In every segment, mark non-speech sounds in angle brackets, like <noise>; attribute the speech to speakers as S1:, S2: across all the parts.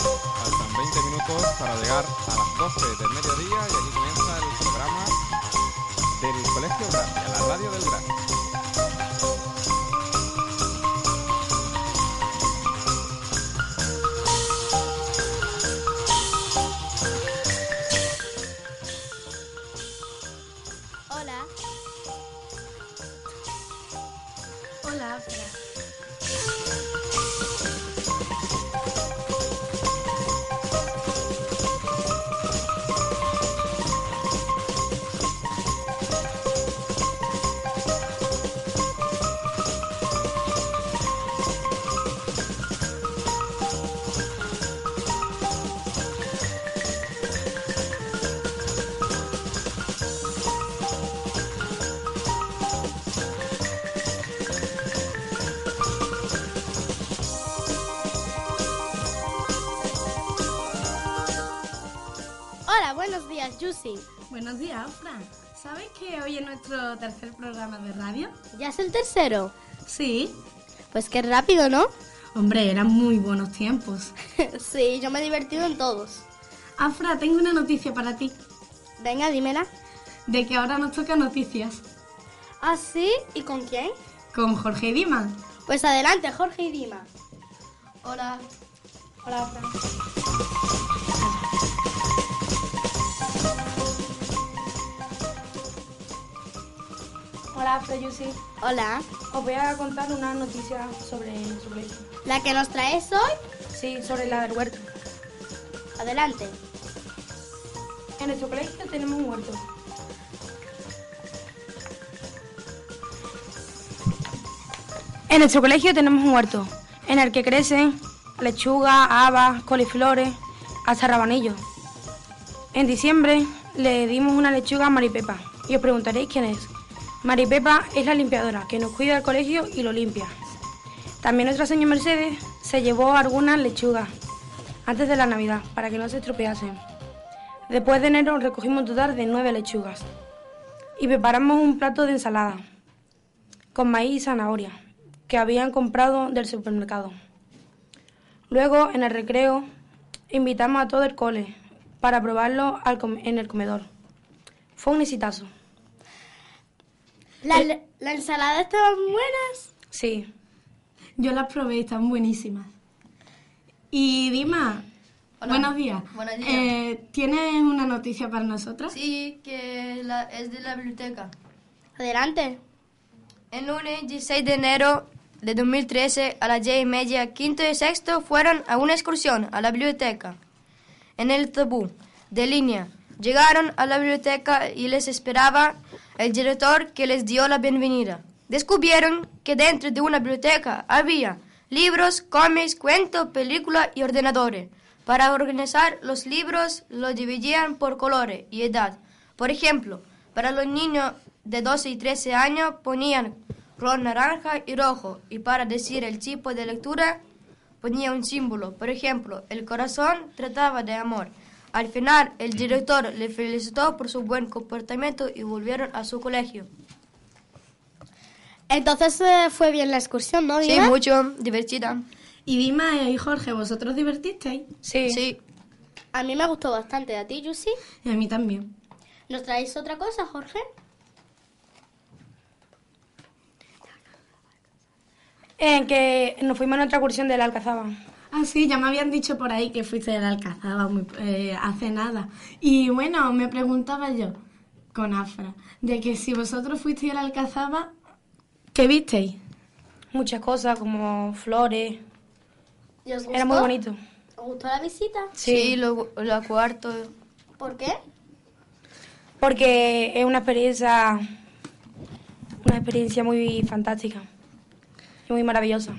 S1: Faltan 20 minutos para llegar a las 12 del mediodía y aquí comienza el programa del Colegio Gracia, la radio del Gracia.
S2: Hola. Hola, África. Hola, buenos días, Yusi.
S3: Buenos días, Fran. ¿Sabes que hoy es nuestro tercer programa de radio?
S2: ¿Ya es el tercero?
S3: Sí.
S2: Pues qué rápido, ¿no? <laughs>
S3: Hombre, eran muy buenos tiempos.
S2: sí, yo me he divertido en todos.
S3: Afra, tengo una noticia para ti.
S2: Venga, dímela.
S3: De que ahora nos toca noticias.
S2: ¿Ah, sí? ¿Y con quién?
S3: Con Jorge Dima.
S2: Pues adelante, Jorge y Dima. Hola. Hola, Fran.
S4: Hola, soy Yusi.
S2: Hola.
S4: Os voy a contar una noticia sobre nuestro colegio.
S2: ¿La que nos traes hoy?
S4: Sí, sobre la del huerto.
S2: Adelante.
S4: En nuestro colegio tenemos un huerto. En nuestro colegio tenemos un huerto en el que crecen lechuga, habas, coliflores, hasta rabanillos. En diciembre le dimos una lechuga a Maripepa y os preguntaréis quién es. Maripepa es la limpiadora que nos cuida el colegio y lo limpia. También nuestra señora Mercedes se llevó algunas lechugas antes de la Navidad para que no se estropeasen. Después de enero recogimos un total de nueve lechugas y preparamos un plato de ensalada con maíz y zanahoria que habían comprado del supermercado. Luego, en el recreo, invitamos a todo el cole para probarlo al com- en el comedor. Fue un exitazo.
S2: La, la ensalada estaban buenas.
S4: Sí,
S3: Yo las probé, están buenísimas. Y Dima,
S5: Hola.
S3: buenos días.
S5: Buenos días.
S3: Eh, ¿Tienes una noticia para nosotros?
S5: Sí, que la- es de la biblioteca.
S2: Adelante.
S5: El lunes 16 de enero de 2013 a las 10 y media, quinto y sexto fueron a una excursión a la biblioteca. En el tabú de línea, llegaron a la biblioteca y les esperaba el director que les dio la bienvenida. Descubrieron que dentro de una biblioteca había libros, cómics, cuentos, películas y ordenadores. Para organizar los libros los dividían por colores y edad. Por ejemplo, para los niños de 12 y 13 años ponían color naranja y rojo y para decir el tipo de lectura ponía un símbolo. Por ejemplo, el corazón trataba de amor. Al final, el director le felicitó por su buen comportamiento y volvieron a su colegio.
S2: Entonces eh, fue bien la excursión, ¿no,
S5: Sí,
S2: Dima?
S5: mucho, divertida.
S3: Y Dima y Jorge, ¿vosotros divertisteis?
S4: sí.
S5: Sí.
S2: A mí me gustó bastante. ¿A ti, Yusi?
S3: Y a mí también.
S2: ¿Nos traéis otra cosa, Jorge?
S4: En que nos fuimos a otra excursión de la Alcazaba.
S3: Ah, sí, ya me habían dicho por ahí que fuiste de la Alcazaba muy, eh, hace nada. Y bueno, me preguntaba yo, con Afra, de que si vosotros fuisteis a la Alcazaba, ¿qué visteis?
S4: Muchas cosas como flores.
S2: ¿Y os gustó?
S4: Era muy bonito.
S2: ¿Os gustó la visita?
S5: Sí, lo, lo cuarto.
S2: ¿Por qué?
S4: Porque es una experiencia, una experiencia muy fantástica y muy maravillosa.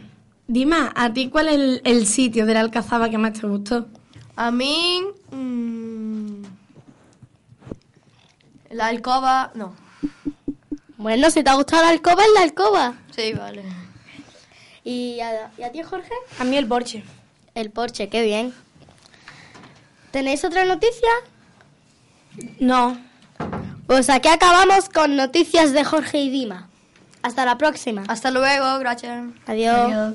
S4: Dima, ¿a ti cuál es el, el sitio de la Alcazaba que más te gustó?
S6: A mí... mm, la alcoba... No.
S2: Bueno, si te ha gustado la alcoba, es la alcoba.
S6: Sí, vale.
S2: ¿Y a, y a ti, Jorge?
S7: A mí el Borche.
S2: El Porsche, qué bien. ¿Tenéis otra noticia?
S7: No.
S2: Pues aquí acabamos con noticias de Jorge y Dima. Hasta la próxima.
S6: Hasta luego, gracias.
S2: Adiós.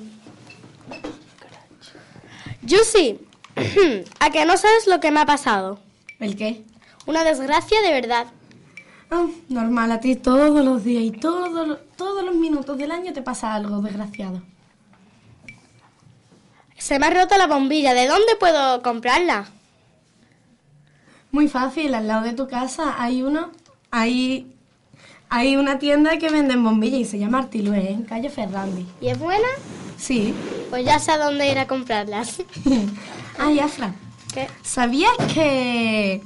S2: Yusi, <clears throat> a que no sabes lo que me ha pasado.
S4: ¿El qué?
S2: Una desgracia de verdad.
S4: Ah, normal, a ti todos los días y todos los- todos los minutos del año te pasa algo desgraciado.
S2: Se me ha roto la bombilla. ¿De dónde puedo comprarla?
S4: Muy fácil, al lado de tu casa hay uno, hay, hay una tienda que venden bombillas y se llama Artilue, en calle Ferrandi.
S2: ¿Y es buena?
S4: Sí.
S2: Pues ya sé a dónde ir a comprarlas.
S4: Ay, Afra,
S2: <laughs> ¿Qué?
S4: ¿sabías que...?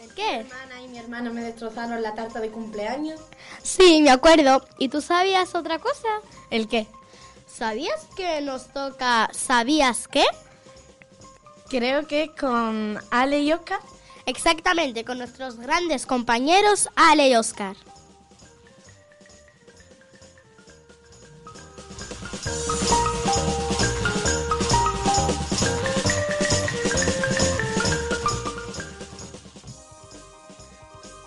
S2: ¿El qué?
S4: hermana y mi hermano me destrozaron la tarta de cumpleaños.
S2: Sí, me acuerdo. ¿Y tú sabías otra cosa?
S4: ¿El qué?
S2: ¿Sabías que nos toca ¿Sabías qué?
S4: Creo que es con Ale y Oscar.
S2: Exactamente, con nuestros grandes compañeros Ale y Oscar.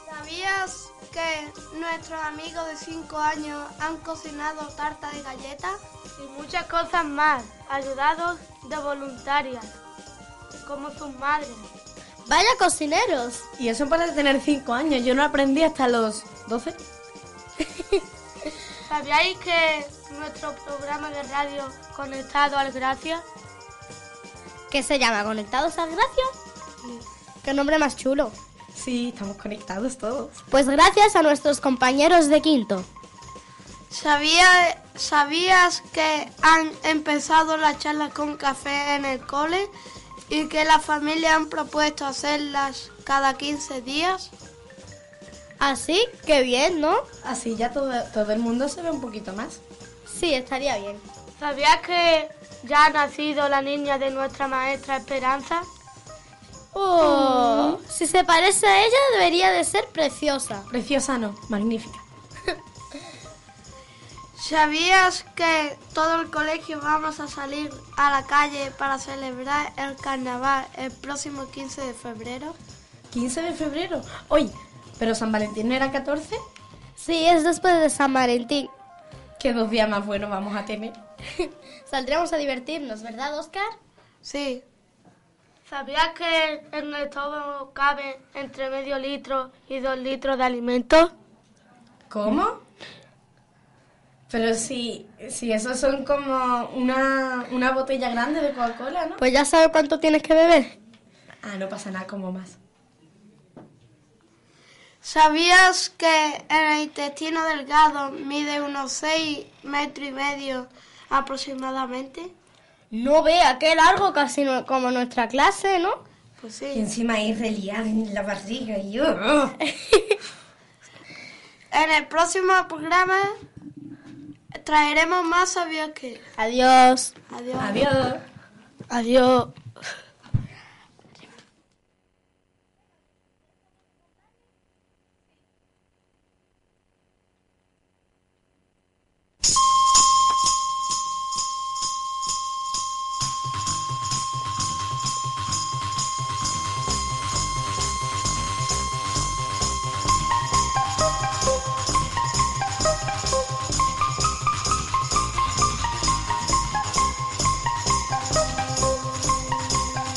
S5: ¿Sabías que nuestros amigos de 5 años han cocinado tarta de galletas? Y muchas cosas más, ayudados de voluntarias, como sus madres.
S2: Vaya cocineros.
S4: Y eso para tener cinco años, yo no aprendí hasta los 12.
S5: ¿Sabíais que nuestro programa de radio conectado al Gracia?
S2: ¿Qué se llama? ¿Conectados a Gracia? Qué nombre más chulo.
S4: Sí, estamos conectados todos.
S2: Pues gracias a nuestros compañeros de quinto.
S5: ¿Sabía- ¿Sabías que han empezado la charla con café en el cole y que las familias han propuesto hacerlas cada 15 días?
S2: Así, qué bien, ¿no?
S4: Así ya todo, todo el mundo se ve un poquito más.
S2: Sí, estaría bien.
S5: ¿Sabías que ya ha nacido la niña de nuestra maestra Esperanza?
S2: Oh,
S4: Mm.
S2: si se parece a ella, debería de ser preciosa.
S4: Preciosa no, magnífica.
S5: ¿Sabías que todo el colegio vamos a salir a la calle para celebrar el carnaval el próximo 15 de febrero?
S4: 15 de febrero. Hoy. Pero San Valentín no era 14.
S2: Sí, es después de San Valentín.
S4: ¿Qué dos días más buenos vamos a tener?
S2: <laughs> Saldremos a divertirnos, ¿verdad, Oscar?
S5: Sí.
S8: ¿Sabías que en el estómago cabe entre medio litro y dos litros de alimentos?
S4: ¿Cómo? Pero si, si esos son como una, una botella grande de Coca-Cola, ¿no?
S2: Pues ya sabes cuánto tienes que beber.
S4: Ah, no pasa nada, como más.
S5: ¿Sabías que el intestino delgado mide unos 6 metros y medio aproximadamente?
S2: No vea, qué largo casi no- como nuestra clase, ¿no?
S5: Pues
S4: Y
S5: sí.
S4: encima ahí reliada en la barriga y uh, yo.
S5: <laughs> En el próximo programa traeremos más sabios que...
S2: Adiós.
S5: Adiós.
S4: Adiós.
S2: Adiós.
S5: Hola,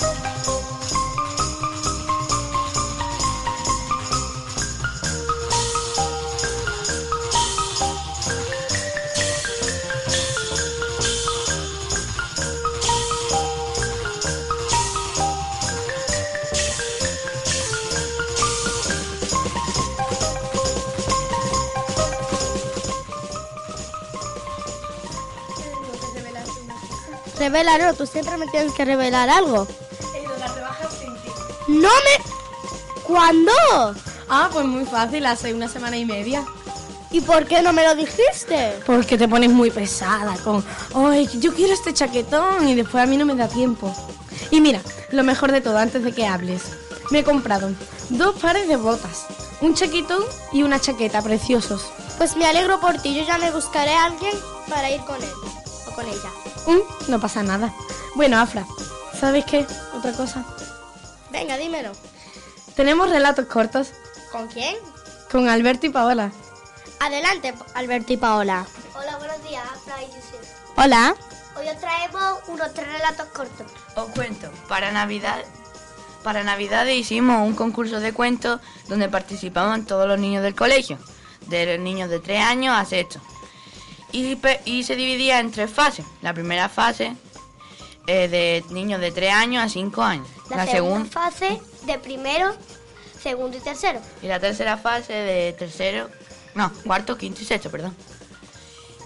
S9: Revela, no, tú siempre me tienes que revelar algo.
S4: las rebajas sin ti.
S9: ¡No me. ¿Cuándo?
S4: Ah, pues muy fácil, hace una semana y media.
S9: ¿Y por qué no me lo dijiste?
S4: Porque te pones muy pesada con, ay, yo quiero este chaquetón y después a mí no me da tiempo. Y mira, lo mejor de todo, antes de que hables, me he comprado dos pares de botas, un chaquetón y una chaqueta, preciosos.
S9: Pues me alegro por ti, yo ya me buscaré a alguien para ir con él o con ella.
S4: Mm, no pasa nada. Bueno, Afra, ¿sabes qué? Otra cosa.
S9: Venga, dímelo.
S4: Tenemos relatos cortos
S9: ¿Con quién?
S4: con Alberto y Paola.
S9: Adelante, Alberto y Paola.
S2: Hola, buenos días, Afra y Yusef.
S9: Hola.
S2: Hoy os traemos unos tres relatos cortos.
S5: Os cuento, para Navidad, para Navidad hicimos un concurso de cuentos donde participaban todos los niños del colegio, de los niños de 3 años a sexto. Y, pe- y se dividía en tres fases. La primera fase eh, de niños de 3 años a 5 años. La, segunda
S2: fase de primero, segundo y tercero.
S5: y la tercera fase de tercero, no, cuarto, quinto y sexto, perdón.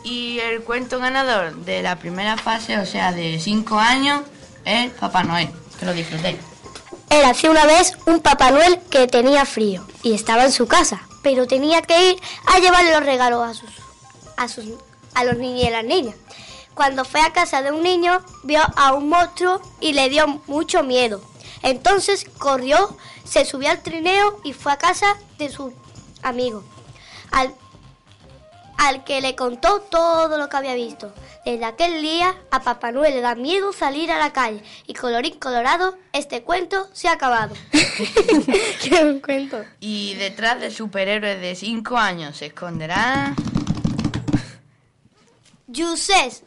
S5: Y el cuento ganador de la primera fase, o sea, de 5 años, es Papá Noel. Que lo disfrutéis.
S10: Era hace una vez un Papá Noel que tenía frío y estaba en su casa, pero tenía que ir a llevarle los regalos a sus,
S2: a, sus, a los niños y a las niñas. Cuando fue a casa de un niño, vio a un monstruo y le dio mucho miedo. Entonces corrió, se subió al trineo y fue a casa de su amigo, al, al que le contó todo lo que había visto. Desde aquel día a Papá Noel le da miedo salir a la calle y colorín colorado, este cuento se ha acabado.
S9: <laughs> ¿Qué un cuento?
S5: Y detrás de superhéroes de 5 años se esconderá.
S2: Yuses,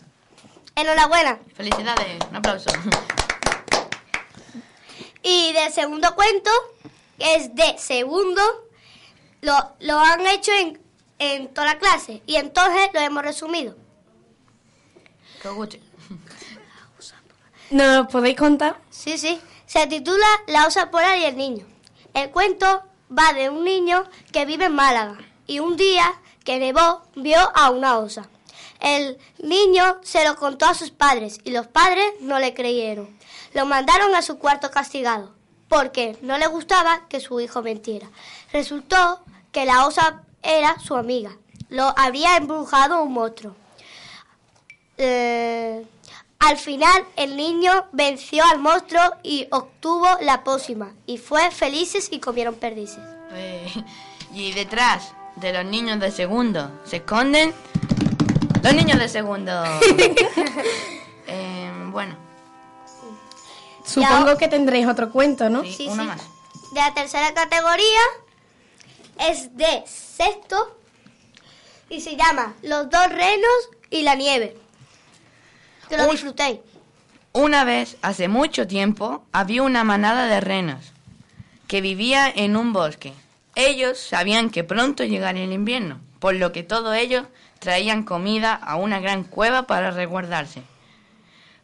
S2: enhorabuena.
S5: Felicidades, un aplauso.
S2: Y del segundo cuento, que es de segundo, lo, lo han hecho en, en toda la clase y entonces lo hemos resumido.
S5: Que os guste.
S4: ¿Nos podéis contar?
S2: Sí, sí. Se titula La osa polar y el niño. El cuento va de un niño que vive en Málaga y un día que nevó vio a una osa. El niño se lo contó a sus padres y los padres no le creyeron. Lo mandaron a su cuarto castigado porque no le gustaba que su hijo mentiera. Resultó que la osa era su amiga. Lo había embrujado un monstruo. Eh, al final el niño venció al monstruo y obtuvo la pócima y fue felices y comieron perdices.
S5: Eh, y detrás de los niños de segundo se esconden. ¡Los niños de <laughs> segundo! Eh, bueno,
S4: Supongo que tendréis otro cuento, ¿no?
S5: sí, uno más.
S2: De la tercera categoría es de sexto y se llama Los dos renos y la nieve. Que lo
S5: Uy.
S2: disfrutéis.
S5: Una vez, hace mucho tiempo, había una manada de renos que vivía en un bosque. Ellos sabían que pronto llegaría el invierno, por lo que todos ellos traían comida a una gran cueva para resguardarse.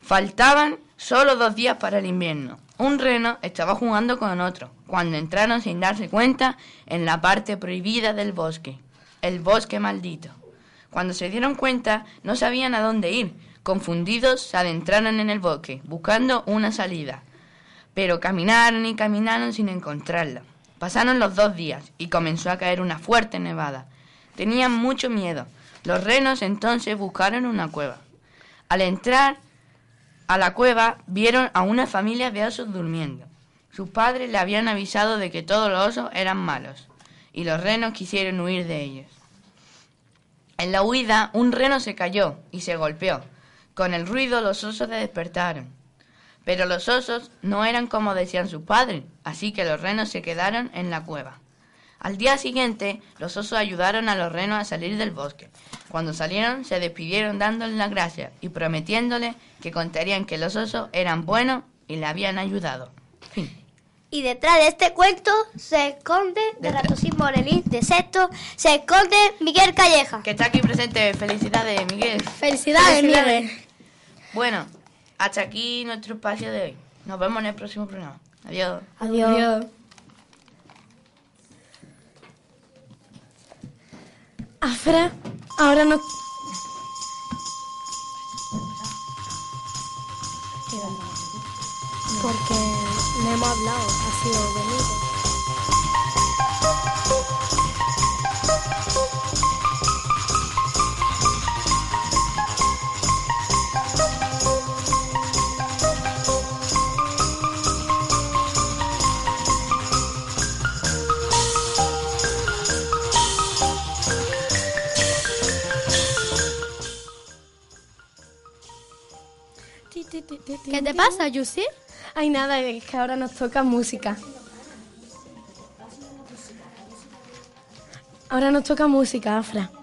S5: Faltaban solo dos días para el invierno. Un reno estaba jugando con otro, cuando entraron sin darse cuenta en la parte prohibida del bosque, el bosque maldito. Cuando se dieron cuenta, no sabían a dónde ir. Confundidos, se adentraron en el bosque, buscando una salida. Pero caminaron y caminaron sin encontrarla. Pasaron los dos días y comenzó a caer una fuerte nevada. Tenían mucho miedo. Los renos entonces buscaron una cueva. Al entrar a la cueva, vieron a una familia de osos durmiendo. Sus padres le habían avisado de que todos los osos eran malos, y los renos quisieron huir de ellos. En la huida, un reno se cayó y se golpeó. Con el ruido, los osos se despertaron. Pero los osos no eran como decían sus padres, así que los renos se quedaron en la cueva. Al día siguiente, los osos ayudaron a los renos a salir del bosque. Cuando salieron, se despidieron dándoles las gracias y prometiéndoles que contarían que los osos eran buenos y le habían ayudado.
S2: Y detrás de este cuento se esconde de Ratosín Morelín de sexto, se esconde Miguel Calleja.
S5: Que está aquí presente. Felicidades, Miguel.
S9: Felicidades, Miguel.
S5: Bueno, hasta aquí nuestro espacio de hoy. Nos vemos en el próximo programa. Adiós.
S9: Adiós.
S4: Afra, ahora nos...
S3: Porque no hemos hablado, ha sido venido.
S2: ¿Qué te pasa, Yusi?
S3: Ay, nada, es que ahora nos toca música. Ahora nos toca música, Afra.
S2: <clears throat>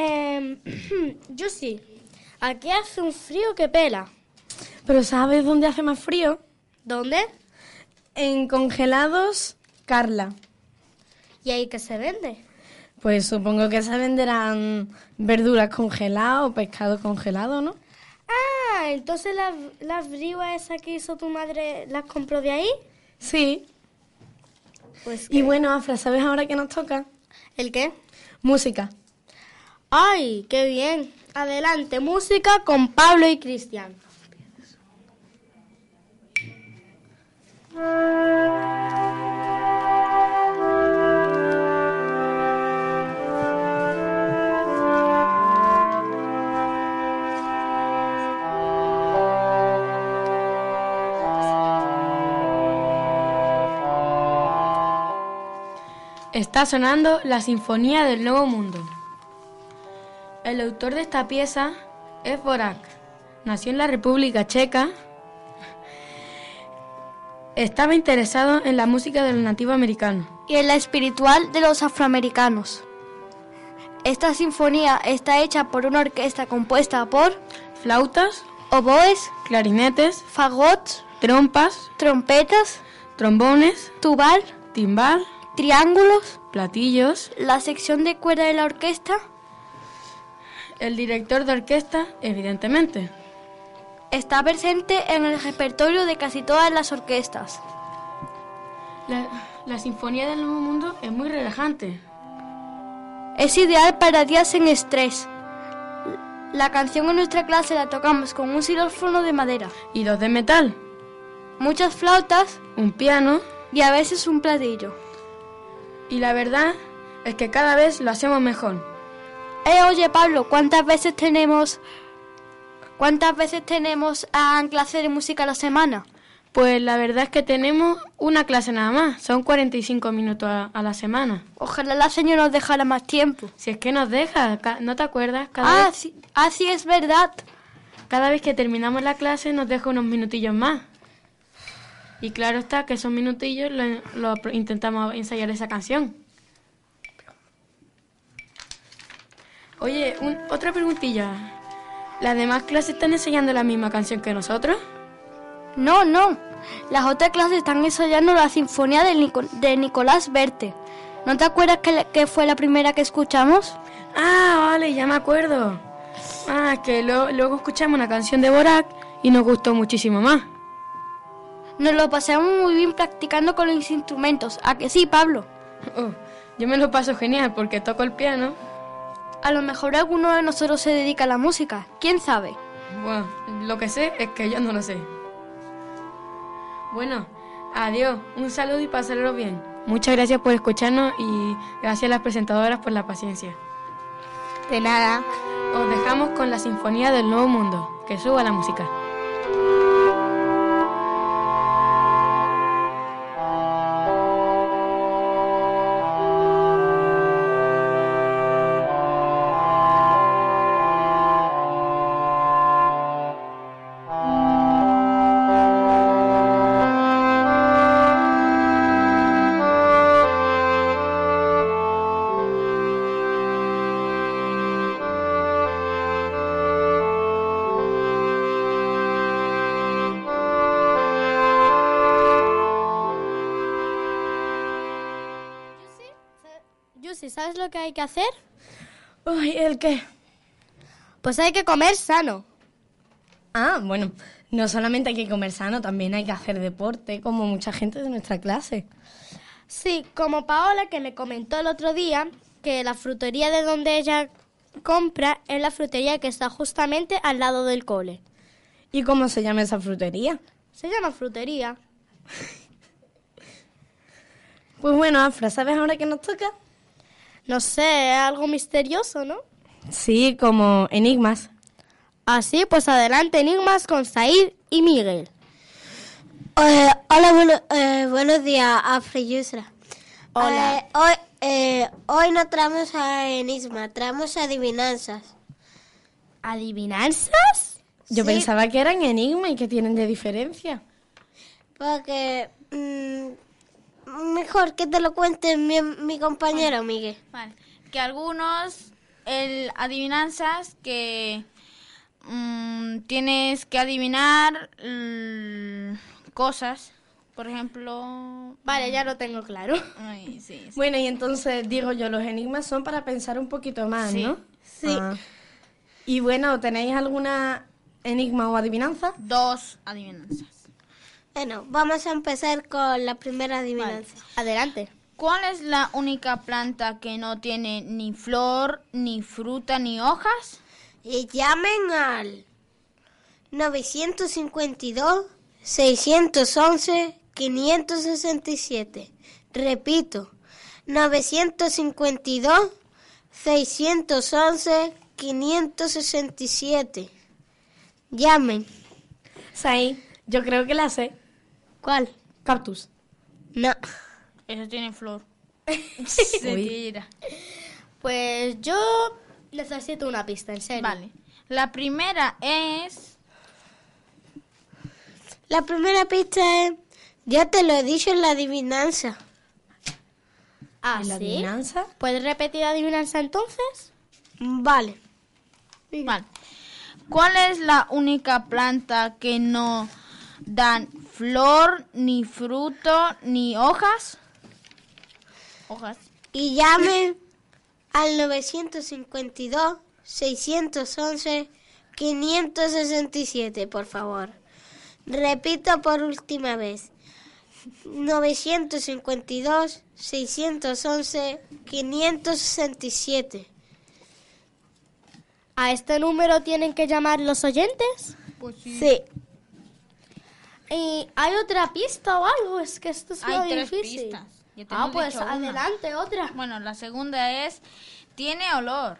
S2: Eh, Yusi, aquí hace un frío que pela.
S3: Pero ¿sabes dónde hace más frío?
S2: ¿Dónde?
S3: En congelados, Carla.
S2: ¿Y ahí qué se vende?
S3: Pues supongo que se venderán verduras congeladas o pescado congelado, ¿no?
S2: Ah, entonces las las brivas esas que hizo tu madre las compró de ahí.
S3: Sí.
S2: Pues
S3: Y bueno, Afra, ¿sabes ahora qué nos toca?
S2: ¿El qué?
S3: Música.
S2: Ay, qué bien. Adelante, música con Pablo y Cristian.
S4: Está sonando la Sinfonía del Nuevo Mundo. El autor de esta pieza es Borak. Nació en la República Checa. Estaba interesado en la música de los nativos americanos.
S5: y en la espiritual de los afroamericanos. Esta sinfonía está hecha por una orquesta compuesta por
S4: flautas,
S5: oboes,
S4: clarinetes,
S5: fagots,
S4: trompas,
S5: trompetas,
S4: trombones,
S5: tubal,
S4: timbal,
S5: triángulos,
S4: platillos.
S5: La sección de cuerda de la orquesta
S4: El director de orquesta, evidentemente.
S5: está presente en el repertorio de casi todas las orquestas.
S4: La, la Sinfonía del Nuevo Mundo es muy relajante.
S5: Es ideal para días en estrés. La canción en nuestra clase la tocamos con un xilófono de madera.
S4: Y dos de metal.
S5: Muchas flautas.
S4: Un piano.
S5: Y a veces un platillo.
S4: Y la verdad es que cada vez lo hacemos mejor.
S5: Eh, oye Pablo, ¿cuántas veces tenemos cuántas veces tenemos ah, clase de música a la semana?
S4: Pues la verdad es que tenemos una clase nada más. Son 45 minutos a, a la semana.
S5: Ojalá la señora nos dejara más tiempo.
S4: Si es que nos deja, ca- ¿no te acuerdas?
S5: Ah,
S4: sí,
S5: así es verdad.
S4: Cada vez que terminamos la clase nos deja unos minutillos más. Y claro está que esos minutillos lo- lo pro- intentamos ensayar esa canción. Oye, un- otra preguntilla. ¿Las demás clases están enseñando la misma canción que nosotros?
S5: No, no. Las otras clases están ensayando la sinfonía de, Nico- de Nicolás Verte. ¿No te acuerdas que, la- que fue la primera que escuchamos?
S4: Ah, vale, ya me acuerdo. Ah, es que lo- luego escuchamos una canción de Borac y nos gustó muchísimo más.
S5: Nos lo pasamos muy bien practicando con los instrumentos. ¿A que sí, Pablo?
S4: Oh, yo me lo paso genial porque toco el piano.
S5: A lo mejor alguno de nosotros se dedica a la música. ¿Quién sabe?
S4: Bueno, lo que sé es que yo no lo sé. Bueno, adiós, un saludo y pasarlo bien. Muchas gracias por escucharnos y gracias a las presentadoras por la paciencia.
S2: De nada.
S4: Os dejamos con la Sinfonía del Nuevo Mundo. Que suba la música.
S2: Yusi, ¿sabes lo que hay que hacer?
S11: Uy, ¿el qué?
S2: Pues hay que comer sano.
S11: Ah, bueno, no solamente hay que comer sano, también hay que hacer deporte, como mucha gente de nuestra clase.
S2: Sí, como Paola que me comentó el otro día que la frutería de donde ella
S3: compra en la frutería que está justamente al lado del cole.
S4: ¿Y cómo se llama esa frutería?
S3: Se llama frutería.
S4: <laughs> Pues bueno, Afra, ¿sabes ahora qué nos toca?
S3: No sé, algo misterioso, ¿no?
S4: Sí, como enigmas.
S3: Así, pues adelante, enigmas con Said y Miguel.
S2: Eh, hola, bueno- eh, buenos días, Afri Yusra.
S3: Hola.
S2: Eh, hoy, eh, hoy no traemos a Enisma, traemos adivinanzas.
S3: ¿Adivinanzas?
S4: Yo
S2: Sí.
S4: pensaba que eran enigmas y que tienen de diferencia.
S2: Porque mm, mejor que te lo cuente mi, mi compañero Miguel.
S5: Vale. Que algunos el, adivinanzas que mm, tienes que adivinar mm, cosas. Por ejemplo.
S3: Vale, ya lo tengo claro.
S5: Ay, sí, sí.
S4: Bueno, y entonces digo yo, los enigmas son para pensar un poquito más,
S5: Sí.
S4: ¿no?
S5: Sí.
S4: Ah. Y bueno, ¿tenéis alguna enigma o adivinanza?
S5: Dos adivinanzas.
S2: Bueno, vamos a empezar con la primera adivinanza.
S3: Adelante.
S5: ¿Cuál es la única planta que no tiene ni flor, ni fruta, ni hojas?
S2: Y Eh, llamen al 952 611 567. Repito, 952 611 567. Llamen.
S4: Sai, yo creo que la sé.
S2: ¿Cuál?
S4: Cactus.
S2: No.
S5: Eso
S2: <laughs>
S5: tiene flor.
S3: Uy.
S5: Mentira.
S3: Pues yo necesito una pista, en serio.
S5: Vale. La primera es.
S2: La primera pista es, ya te lo he dicho en la adivinanza.
S3: Ah,
S2: ¿La
S3: ¿sí?
S2: adivinanza?
S3: ¿Puedes repetir la adivinanza entonces?
S2: Vale.
S5: Vale. ¿Cuál es la única planta que no dan flor, ni fruto, ni hojas? Hojas.
S2: Y llamen al 952 611 567, por favor. Repito por última vez. 952 611 567.
S3: ¿A este número tienen que llamar los oyentes?
S5: Pues
S2: Sí.
S3: ¿Y hay otra pista o algo? Es que esto es
S5: Hay
S3: muy
S5: tres
S3: difícil.
S5: pistas. Ya te
S3: Ah,
S5: hemos
S3: pues
S5: dicho una.
S3: adelante, otra.
S5: Bueno, la segunda es. Tiene olor.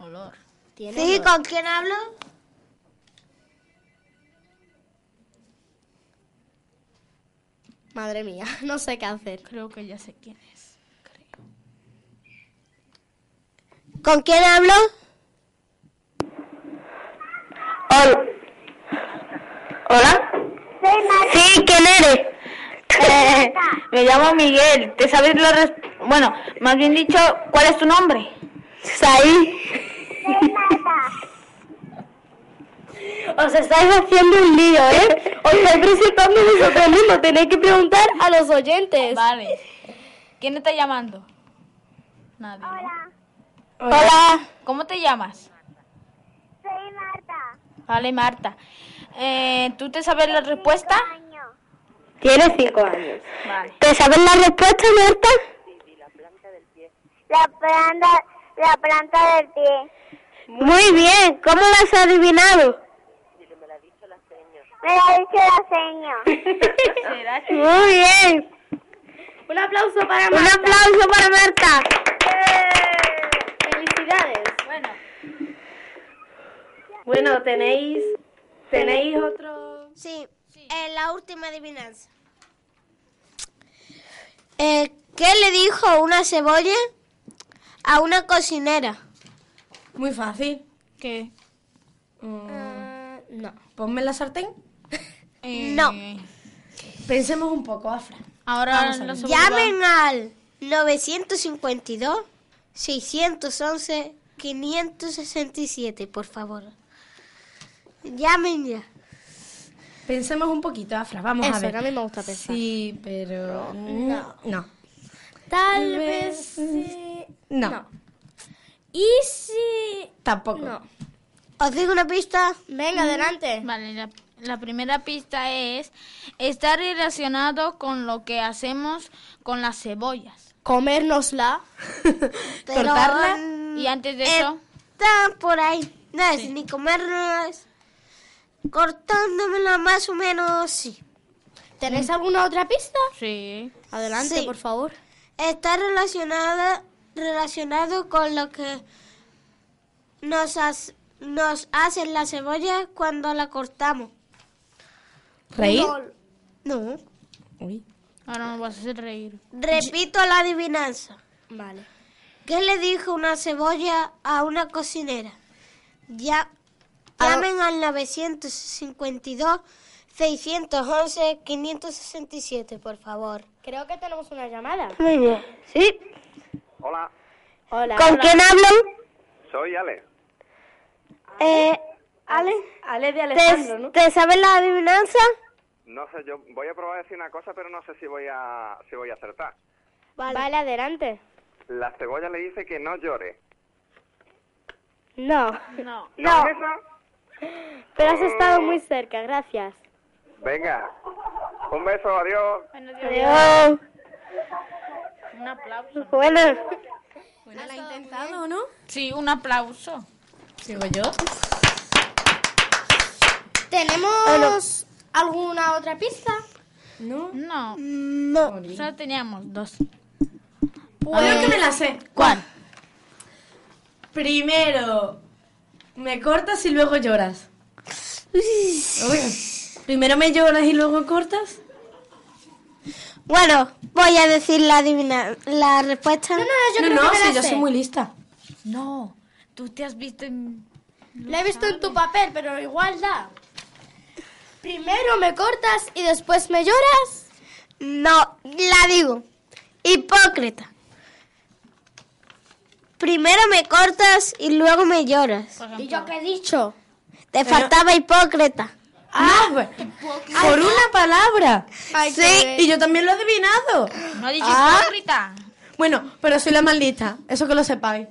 S5: Olor.
S2: Sí, ¿con quién hablo?
S3: Madre
S4: <laughs>
S3: mía, no sé qué hacer.
S5: Creo que ya sé quién es.
S2: ¿Con quién hablo? Hola.
S9: ¿Hola? Sí, ¿quién eres? me llamo Miguel. ¿Te sabes la res- Bueno, más bien dicho, ¿cuál es tu nombre? Saí.
S3: Os estáis haciendo un lío, ¿eh? Os estáis presentando vosotros mismos. Tenéis que preguntar a los oyentes.
S5: Vale. ¿Quién está llamando? Nadie. ¿no?
S3: Hola.
S5: ¿Cómo te llamas?
S9: Soy Marta.
S5: Vale, Marta. Eh, ¿Tú te sabes la respuesta?
S9: Tienes cinco años.
S5: Vale.
S9: ¿Te sabes la respuesta, Marta? La planta, la planta del pie. Muy bien, ¿cómo la has adivinado? Me la ha dicho la señora. Muy bien. Un aplauso para Marta. Un aplauso para Marta. Felicidades. Bueno.
S4: Bueno, tenéis. ¿Tenéis otro?
S2: Sí, eh, la última adivinanza. Eh, ¿Qué le dijo una cebolla a una cocinera?
S4: Muy fácil.
S5: ¿Qué?
S4: no. ¿Ponme la sartén?
S2: No.
S4: Pensemos un poco, Afra.
S5: Ahora
S4: Vamos a
S5: la
S4: ver.
S5: segunda.
S2: Llamen al 952 611 567, por favor. Llamen ya.
S4: Pensemos un poquito, Afra. Vamos a
S3: Eso,
S4: ver.
S3: que a mí me gusta pensar.
S4: Sí, pero. No. No.
S3: Tal vez sí.
S4: No.
S3: ¿Y si...?
S4: Tampoco.
S2: ¿Os digo una pista?
S3: Venga, adelante.
S5: Vale, la, la primera pista es. Está relacionado con lo que hacemos con las cebollas.
S12: <laughs>
S3: Comérnosla.
S5: Y antes de eso.
S12: mm, están por ahí. No es ni comerlas. Cortándomela más o menos, sí.
S2: ¿Tenéis alguna otra pista?
S13: Sí.
S2: Adelante,
S12: Sí.
S2: por favor.
S12: Está relacionada, relacionado con lo que nos, hace nos hace la cebolla cuando la cortamos.
S3: ¿Reír?
S12: No.
S3: Uy.
S13: Ahora nos vas a hacer reír.
S12: Repito la adivinanza.
S2: Vale.
S12: ¿Qué le dijo una cebolla a una cocinera? Ya,
S3: Ah.
S12: llamen al 952-611-567, por favor.
S2: Creo que tenemos una llamada.
S12: Muy bien.
S2: Sí.
S14: Hola,
S2: Hola.
S12: ¿Con
S2: hola.
S12: quién hablan?
S14: soy Ale.
S12: Eh, Ale.
S2: Ale de
S12: ¿Te, te sabes la adivinanza?
S14: No sé, yo voy a probar a decir una cosa, pero no sé si voy a si voy a acertar.
S2: Vale. adelante.
S14: La cebolla le dice que no llore.
S2: No.
S13: No.
S14: ¿No es esa?
S2: Pero has estado muy cerca, gracias.
S14: Venga. Un beso, adiós.
S2: Adiós.
S13: Un aplauso.
S2: Bueno.
S13: Bueno, la he intentado, ¿no? Sí, un aplauso.
S3: ¿Sigo yo?
S2: ¿Tenemos alguna otra pista?
S3: No.
S13: No.
S2: No.
S13: Solo teníamos dos.
S4: Creo que me la sé.
S13: ¿Cuál?
S4: Primero me cortas y luego lloras. Uy. Primero me lloras y luego cortas.
S12: Bueno, voy a decir la adivina la respuesta. No, no,
S4: no, no, sí, yo soy muy lista.
S13: No. Tú te has visto en...
S2: La he visto en tu papel, pero igual da. Primero me cortas y después me lloras.
S12: No, la digo. Hipócrita. Primero me cortas y luego me lloras.
S2: ¿Y yo qué he dicho?
S4: Eh,
S12: Te
S2: Pero-
S12: faltaba hipócrita.
S4: Ah, bueno. Por una palabra.
S2: Ay, qué
S4: sí,
S2: bien.
S4: y yo también lo he adivinado.
S13: No ha dicho
S4: Ah.
S13: hipócrita.
S4: Bueno, pero soy la más lista, eso que lo sepáis.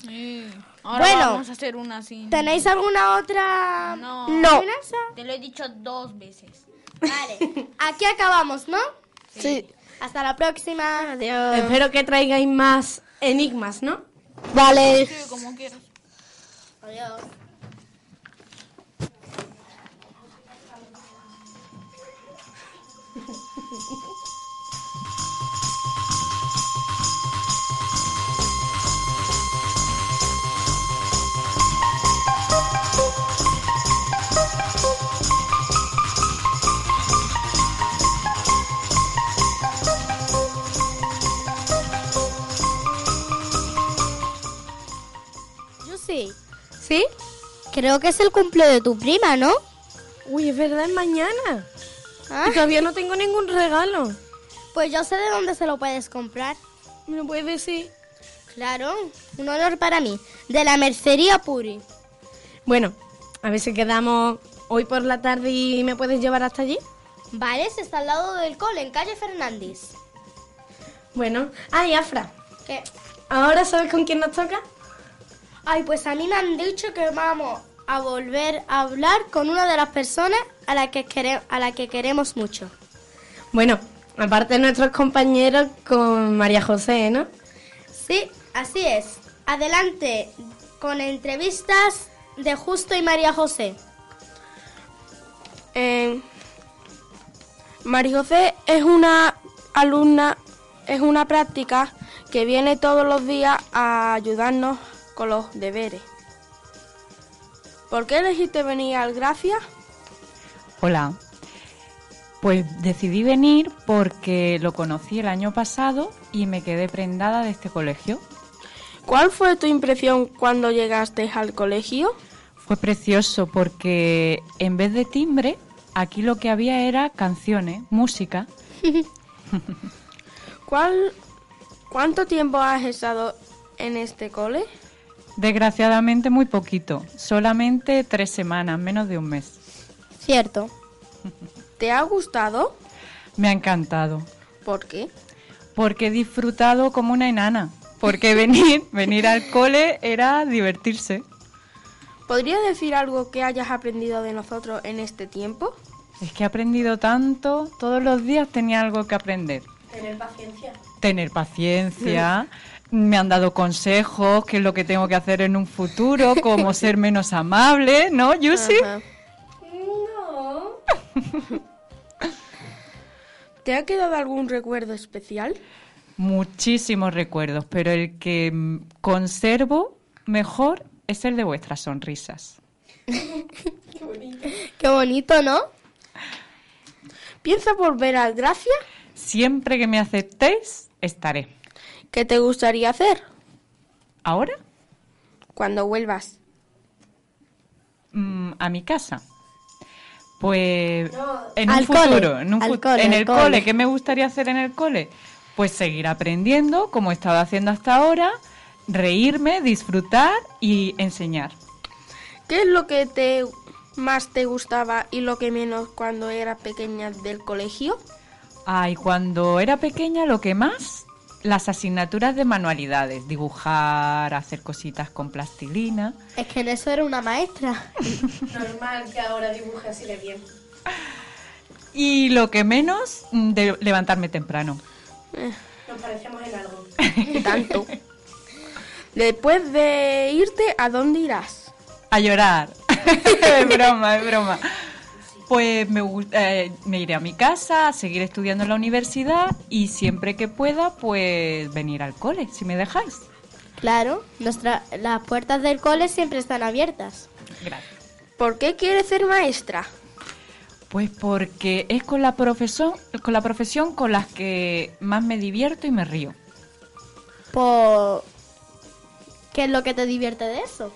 S13: Sí. Ahora
S4: Bueno.
S13: vamos a hacer una así.
S2: ¿Tenéis alguna otra
S13: No.
S2: adivinanza?
S13: Te lo he dicho dos veces.
S2: <laughs> Aquí acabamos, ¿no? Sí. Hasta la próxima. Adiós.
S4: Espero que traigáis más enigmas, ¿no?
S12: Vale.
S13: Sí, como quieras.
S2: Adiós.
S15: Yusi.
S2: ¿Sí?
S15: Creo que es el cumple de tu prima, ¿no?
S4: Uy, es verdad, es mañana. Y todavía no tengo ningún regalo.
S2: Ah, Pues yo sé de dónde se lo puedes comprar.
S4: ¿Me lo puedes decir?
S2: Claro, un honor para mí. De la mercería Puri.
S4: Bueno, a ver si quedamos hoy por la tarde y me puedes llevar hasta allí.
S2: Vale, se está al lado del cole, en calle Fernández. Eh,
S4: Bueno, ay, Afra,
S2: ¿Qué?
S4: ¿ahora sabes con quién nos toca?
S2: Ay, pues a mí me han dicho que vamos a volver a hablar con una de las personas a la que, quere- a la que queremos mucho.
S4: Bueno, aparte de nuestros compañeros con María José, ¿no?
S2: Sí, así es. Adelante con entrevistas de Justo y María José.
S16: Eh, Mari José es una alumna, es una práctica que viene todos los días a ayudarnos con los deberes. ¿Por qué elegiste venir al Gracia?
S9: Hola. Pues decidí venir porque lo conocí el año pasado y me quedé prendada de este colegio.
S16: ¿Cuál fue tu impresión cuando llegaste al colegio?
S9: Fue precioso porque en vez de timbre, aquí lo que había era canciones, música.
S16: ¿Cuál, ¿Cuánto tiempo has estado en este cole?
S9: Desgraciadamente muy poquito, solamente tres semanas, menos de un mes.
S16: Cierto. ¿Te ha gustado?
S9: Me ha encantado
S16: ¿Por qué?
S9: porque he disfrutado como una enana. Porque venir, <laughs> venir al cole era divertirse.
S16: ¿Podrías decir algo que hayas aprendido de nosotros en este tiempo?
S9: Es que he aprendido tanto, todos los días tenía algo que aprender.
S4: Tener paciencia.
S9: Tener paciencia, me han dado consejos, qué es lo que tengo que hacer en un futuro, cómo ser menos amable, ¿no, Yusi?
S17: No.
S16: ¿Te ha quedado algún recuerdo especial?
S9: Muchísimos recuerdos, pero el que mm, conservo mejor es el de vuestras sonrisas.
S16: Qué bonito, ¿no? ¿Piensas volver a Gracia?
S9: Siempre que me aceptéis, estaré.
S16: ¿Qué te gustaría hacer
S9: ¿Ahora?
S16: cuando vuelvas?
S9: mm, a mi casa. Pues en
S3: al
S9: un
S3: cole,
S9: futuro, en, un
S3: al
S9: fut-
S3: cole,
S9: en
S3: al
S9: el
S3: cole.
S9: cole. ¿qué me gustaría hacer en el cole? Pues seguir aprendiendo como he estado haciendo hasta ahora, reírme, disfrutar y enseñar.
S16: ¿Qué es lo que te más te gustaba y lo que menos cuando eras pequeña del colegio?
S9: Ay, cuando era pequeña lo que más las asignaturas de manualidades, dibujar, hacer cositas con plastilina.
S2: Es que en eso era una maestra.
S4: Normal que ahora dibuje así de bien.
S9: Y lo que menos, mm, de levantarme temprano.
S4: Nos parecemos en algo.
S16: Tanto. Después de irte, ¿a dónde irás?
S9: A llorar. es broma, es broma. Pues me, gu- eh, me iré a mi casa, a seguir estudiando en la universidad y siempre que pueda, pues venir al cole, si me dejáis.
S2: Claro, nuestra, las puertas del cole siempre están abiertas.
S9: Gracias.
S16: ¿Por qué quieres ser maestra?
S9: Pues porque es con la profesión con, la profesión con las que más me divierto y me río.
S2: Por... ¿Qué es lo que te divierte de eso?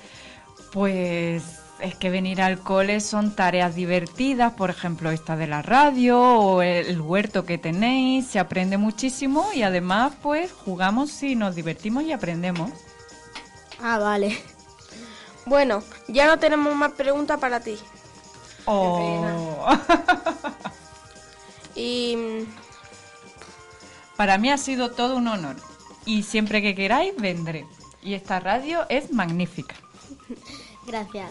S9: Pues es que venir al cole son tareas divertidas, por ejemplo esta de la radio o el huerto que tenéis, se aprende muchísimo y además pues jugamos y nos divertimos y aprendemos.
S2: Ah, vale.
S16: Bueno, ya no tenemos más preguntas para ti.
S3: Oh.
S16: <laughs> Y mm,
S9: Para mí ha sido todo un honor y siempre que queráis vendré. Y esta radio es magnífica.
S2: Gracias.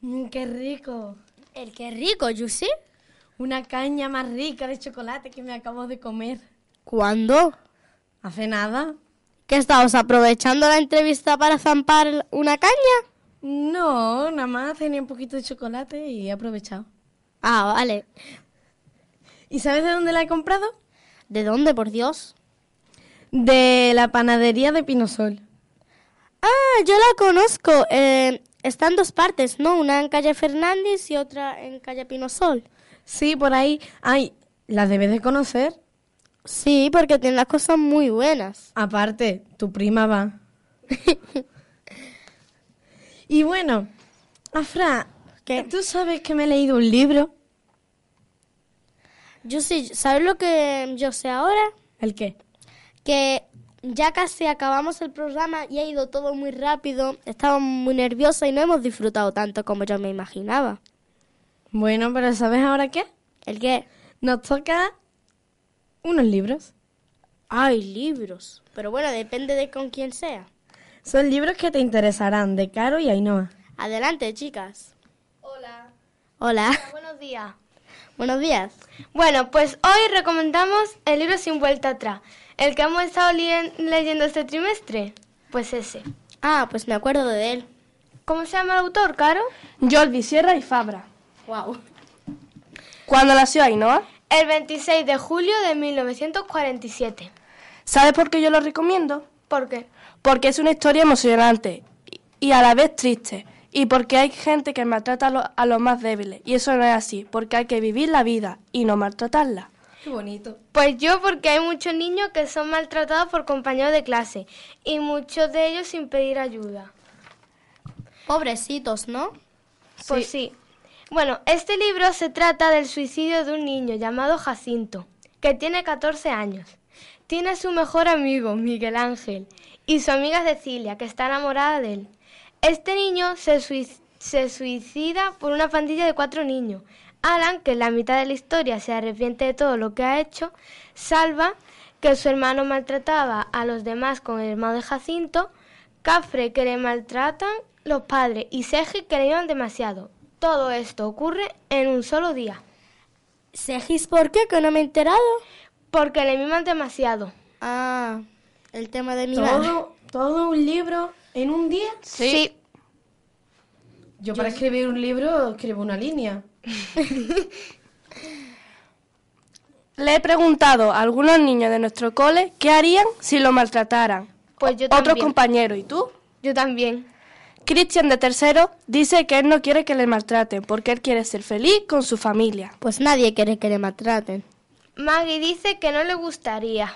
S3: Mm, qué rico.
S2: El qué rico, Yusi.
S3: Una caña más rica de chocolate que me acabo de comer.
S2: ¿Cuándo?
S3: Hace nada.
S2: ¿Qué estabas aprovechando la entrevista para zampar una caña?
S3: No, nada más tenía un poquito de chocolate y he aprovechado.
S2: Ah, vale.
S3: ¿Y sabes de dónde la he comprado?
S2: ¿De dónde, por Dios?
S3: De la panadería de Pinosol.
S2: Ah, yo la conozco. Eh, está en dos partes, ¿no? Una en calle Fernández y otra en calle Pinosol.
S3: Sí, por ahí. Ay, ¿las debes de conocer?
S2: Sí, porque tiene las cosas muy buenas. <laughs>
S3: Aparte, tu prima va. y bueno, Afra, ¿tú sabes que me he leído un libro?
S2: Yo sí, ¿sabes lo que yo sé ahora?
S3: ¿El qué?
S2: Que ya casi acabamos el programa y ha ido todo muy rápido. Estaba muy nerviosa y no hemos disfrutado tanto como yo me imaginaba.
S3: Bueno, pero ¿sabes ahora qué?
S2: ¿El qué?
S3: Nos toca unos libros.
S2: Ay, libros. Pero bueno, depende de con quién sea.
S3: Son libros que te interesarán, de Caro y Ainhoa.
S2: Adelante, chicas.
S18: Hola.
S2: Hola.
S18: Buenos días.
S2: Buenos días.
S18: Bueno, pues hoy recomendamos el libro Sin Vuelta Atrás, el que hemos estado lien- leyendo este trimestre. Pues ese.
S2: Ah, pues me acuerdo de él.
S18: ¿Cómo se llama el autor, Caro?
S16: Jordi, Sierra y Fabra.
S18: Wow.
S16: ¿Cuándo nació Ainhoa?
S18: El 26 de julio de 1947.
S16: ¿Sabes por qué yo lo recomiendo?
S18: ¿Por qué?
S16: Porque es una historia emocionante y- y a la vez triste. Y porque hay gente que maltrata a, lo- a los más débiles. Y eso no es así, porque hay que vivir la vida y no maltratarla.
S3: Qué bonito.
S18: Pues yo porque hay muchos niños que son maltratados por compañeros de clase y muchos de ellos sin pedir ayuda.
S2: Pobrecitos, ¿no?
S18: Pues
S2: Sí.
S18: sí.
S19: Bueno, este libro se trata del suicidio de un niño llamado Jacinto, que tiene 14 años. Tiene a su mejor amigo, Miguel Ángel, y su amiga Cecilia, que está enamorada de él. Este niño se, suic- se suicida por una pandilla de cuatro niños. Alan, que en la mitad de la historia se arrepiente de todo lo que ha hecho, salva que su hermano maltrataba a los demás con el hermano de Jacinto, Cafre que le maltratan los padres y Seji que le llevan demasiado. Todo esto ocurre en un solo día.
S2: ¿Segis por qué? Que no me he enterado.
S19: Porque le miman demasiado.
S2: Ah, el tema de mi
S20: ¿Todo, todo un libro en un día?
S19: Sí.
S20: Yo para escribir un libro escribo
S16: <laughs>
S20: una línea.
S4: Le he preguntado a algunos niños de nuestro cole qué harían si lo maltrataran.
S19: Pues yo
S4: Otro
S19: también.
S4: compañero, ¿y tú?
S19: Yo también.
S4: Cristian de tercero dice que él no quiere que le maltraten porque él quiere ser feliz con su familia.
S2: Pues nadie quiere que le maltraten.
S19: Maggie dice que no le gustaría.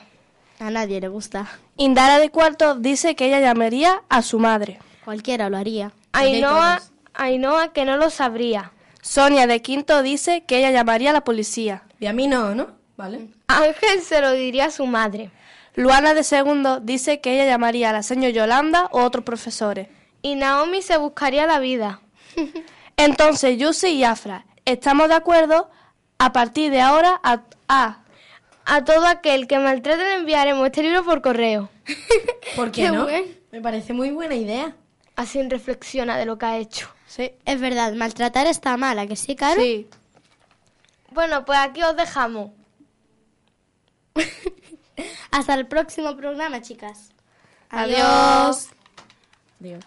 S2: A nadie le gusta.
S4: Indara de cuarto dice que ella llamaría a su madre.
S2: Cualquiera lo haría.
S19: Ainhoa, Ainhoa que no lo sabría.
S4: Sonia de quinto dice que ella llamaría a la policía.
S20: Y a mí no, ¿no? ¿Vale?
S19: Ángel se lo diría a su madre.
S4: Luana de segundo dice que ella llamaría a la señora Yolanda o otros profesores.
S19: Y Naomi se buscaría la vida.
S4: Entonces, Yusi y Afra, estamos de acuerdo a partir de ahora a... a-
S19: A todo aquel que maltrate le enviaremos este libro por correo.
S20: ¿Por qué, no? Me parece muy buena idea.
S19: Así reflexiona de lo que ha hecho.
S4: Sí.
S2: Es verdad, maltratar está mala, que sí, Caro.
S4: Sí.
S19: Bueno, pues aquí os dejamos.
S2: <laughs> Hasta el próximo programa, chicas.
S19: Adiós.
S2: Adiós.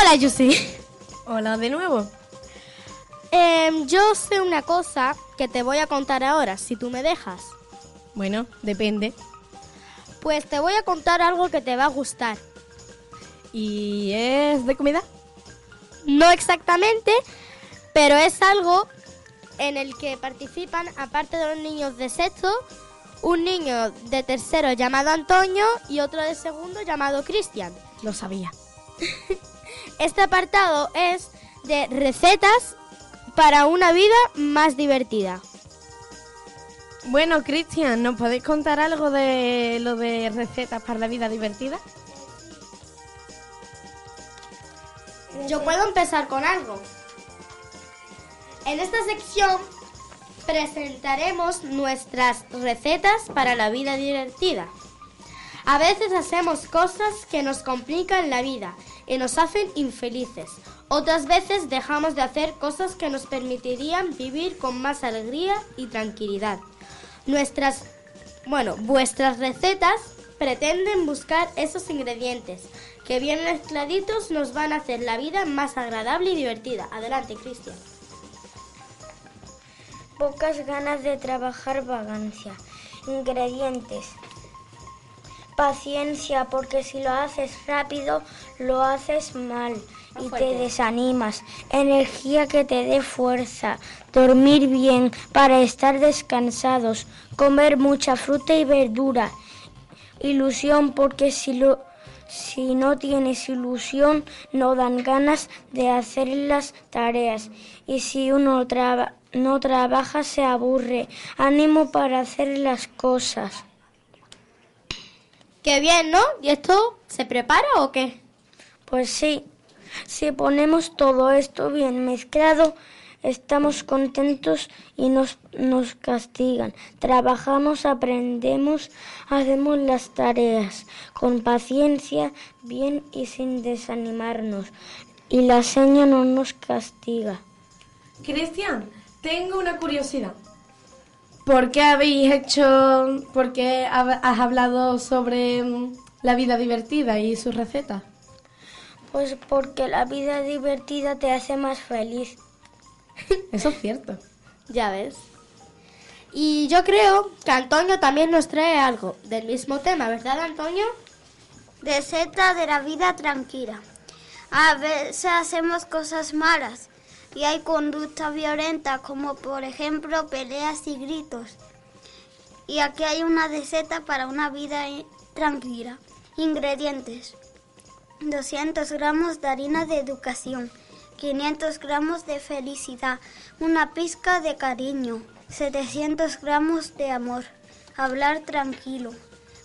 S2: Hola, Yusi.
S20: Hola de nuevo.
S2: Em, yo sé una cosa que te voy a contar ahora, si tú me dejas.
S20: Bueno, depende.
S2: Pues te voy a contar algo que te va a gustar.
S20: ¿Y es de comida?
S2: No exactamente, pero es algo en el que participan, aparte de los niños de sexto, un niño de tercero llamado Antonio y otro de segundo llamado Cristian.
S20: Lo sabía.
S2: <laughs> Este apartado es de recetas para una vida más divertida.
S20: Bueno, Cristian, ¿nos podéis contar algo de lo de recetas para la vida divertida?
S2: Yo puedo empezar con algo. En esta sección presentaremos nuestras recetas para la vida divertida. A veces hacemos cosas que nos complican la vida y nos hacen infelices. Otras veces dejamos de hacer cosas que nos permitirían vivir con más alegría y tranquilidad. Nuestras, bueno, vuestras recetas pretenden buscar esos ingredientes que bien mezcladitos nos van a hacer la vida más agradable y divertida. Adelante, Cristian.
S3: Pocas ganas de trabajar vagancia. Ingredientes. Paciencia, porque si lo haces rápido, lo haces mal y te
S21: fuerte.
S3: desanimas. Energía que te dé fuerza. Dormir bien para estar descansados. Comer mucha fruta y verdura. Ilusión, porque si lo... Si no tienes ilusión, no dan ganas de hacer las tareas. Y si uno traba- no trabaja, se aburre. Ánimo para hacer las cosas.
S2: Qué bien, ¿no? ¿Y esto se prepara o qué?
S3: Pues sí, si ponemos todo esto bien mezclado, estamos contentos y nos, nos castigan. Trabajamos, aprendemos, hacemos las tareas con paciencia, bien y sin desanimarnos. Y la seña no nos castiga.
S4: Cristian, tengo una curiosidad. ¿Por qué habéis hecho, por qué hab- has hablado sobre mm, la vida divertida y sus recetas?
S3: Pues porque la vida divertida te hace más feliz.
S4: Eso es cierto.
S22: Ya ves. Y yo creo que Antonio también nos trae algo del mismo tema, ¿verdad, Antonio?
S2: Receta de la vida tranquila. A veces hacemos cosas malas y hay conductas violentas como por ejemplo peleas y gritos. Y aquí hay una receta para una vida i- tranquila. Ingredientes. 200 gramos de harina de educación, 500 gramos de felicidad, una pizca de cariño, 700 gramos de amor, hablar tranquilo,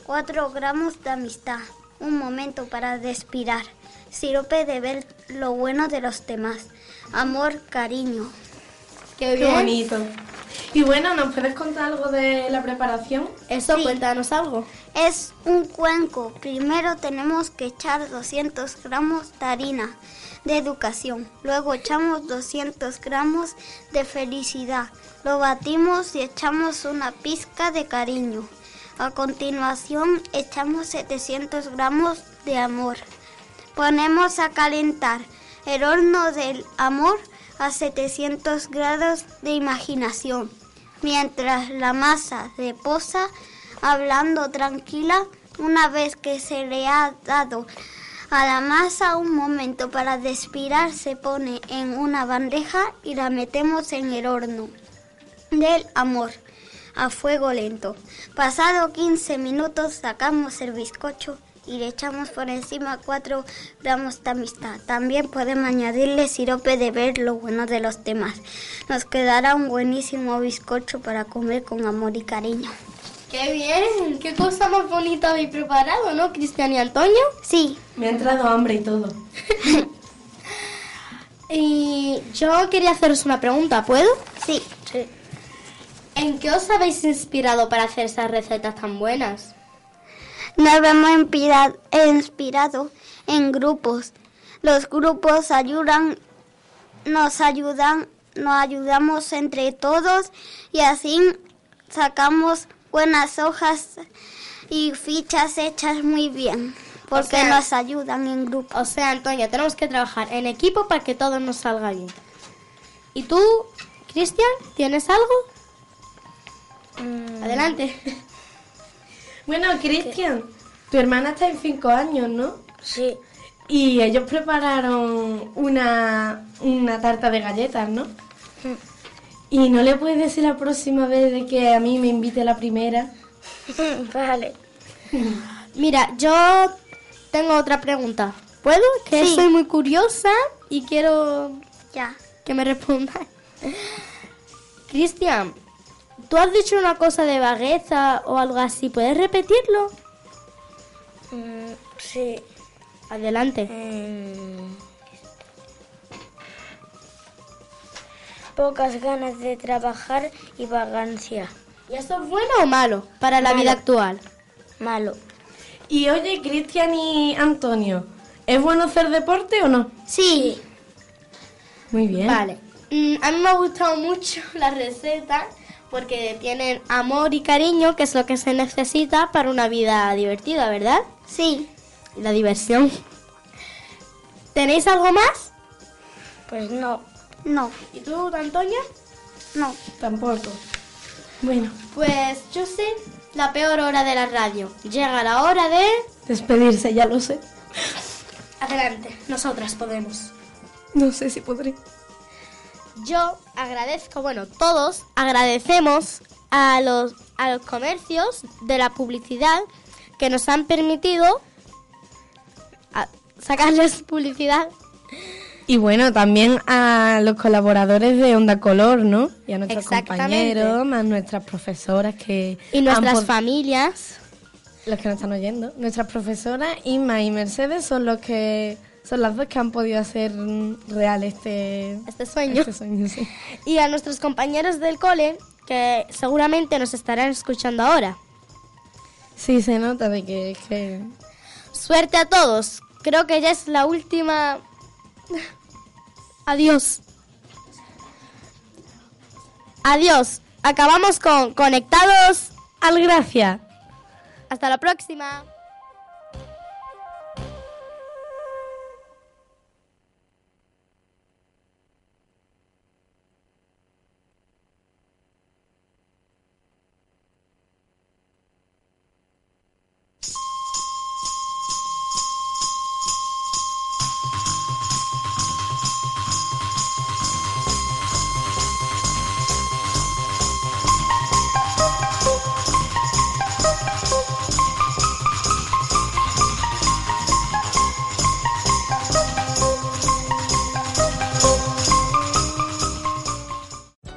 S2: 4 gramos de amistad, un momento para respirar, sirope de ver lo bueno de los demás, amor, cariño.
S23: Qué
S4: bonito. Y bueno, ¿nos puedes contar algo de la preparación?
S2: Eso,
S4: cuéntanos algo.
S2: Es un cuenco. Primero tenemos que echar 200 gramos de harina de educación. Luego echamos 200 gramos de felicidad. Lo batimos y echamos una pizca de cariño. A continuación echamos 700 gramos de amor. Ponemos a calentar el horno del amor a 700 grados de imaginación. Mientras la masa reposa, hablando tranquila, una vez que se le ha dado a la masa un momento para respirar, se pone en una bandeja y la metemos en el horno del amor a fuego lento. Pasado 15 minutos sacamos el bizcocho y le echamos por encima 4 gramos de amistad. También podemos añadirle sirope de ver lo bueno de los demás. Nos quedará un buenísimo bizcocho para comer con amor y cariño.
S23: Qué bien, qué cosa más bonita habéis preparado, ¿no, Cristian y Antonio?
S2: Sí.
S4: Me ha entrado hambre y todo.
S23: Y yo quería haceros una pregunta, ¿puedo?
S2: Sí.
S23: ¿En qué os habéis inspirado para hacer esas recetas tan buenas?
S2: Nos vemos inspira- inspirado en grupos. Los grupos ayudan, nos ayudan, nos ayudamos entre todos y así sacamos buenas hojas y fichas hechas muy bien. Porque
S23: sea-
S2: nos ayudan en grupo.
S23: O sea, Antonio, tenemos que trabajar en equipo para que todo nos salga bien. ¿Y tú, Cristian, tienes algo? Adelante.
S4: Bueno, Cristian, tu hermana está en 5 años, ¿no?
S3: Sí.
S4: Y ellos prepararon una, una tarta de galletas, ¿no?
S23: Mm.
S4: Y no le puedes decir la próxima vez de que a mí me invite la primera.
S3: vale.
S23: Mira, yo tengo otra pregunta. ¿Puedo? Que
S2: Sí.
S23: soy muy curiosa y quiero
S2: Ya.
S23: que me respondas. Cristian, tú has dicho una cosa de vagueza o algo así. ¿Puedes repetirlo?
S3: Mm, sí. Mm.
S23: Adelante.
S3: Pocas ganas de trabajar y vagancia.
S23: ¿Y eso es bueno o malo para la vida actual?
S3: Malo.
S4: Y oye, Cristian y Antonio, ¿es bueno hacer deporte o no?
S2: Sí.
S4: Muy bien.
S23: Vale. Mm, a mí me ha gustado mucho <laughs> la receta porque tienen amor y cariño, que es lo que se necesita para una vida divertida, ¿verdad?
S2: Sí.
S23: La diversión. ¿Tenéis algo más?
S3: Pues no.
S2: No.
S23: ¿Y tú, Antonia?
S2: No.
S4: Tampoco. Bueno,
S23: Pues yo sé la peor hora de la radio. Llega la hora de...
S4: despedirse, ya lo sé.
S23: Adelante, nosotras podemos.
S4: No sé si podré.
S23: Yo agradezco, bueno, todos agradecemos a los, a los comercios de la publicidad que nos han permitido a- sacarles publicidad.
S4: Y bueno, también a los colaboradores de Onda Color, ¿no? Y a nuestros
S23: Exactamente.
S4: compañeros, más nuestras profesoras que...
S23: Y nuestras
S4: han pod-
S23: familias.
S4: Los que nos están oyendo. Nuestras profesoras, Inma y Mercedes, son los que
S3: Son las dos que han podido hacer mm, real este,
S2: este sueño.
S3: Este sueño sí.
S2: Y a nuestros compañeros del cole, que seguramente nos estarán escuchando ahora.
S3: Sí, se nota de que, que-
S2: Suerte a todos. Creo que ya es la última. <laughs> Adiós. Adiós. Acabamos con Conectados al Gracia. Hasta la próxima.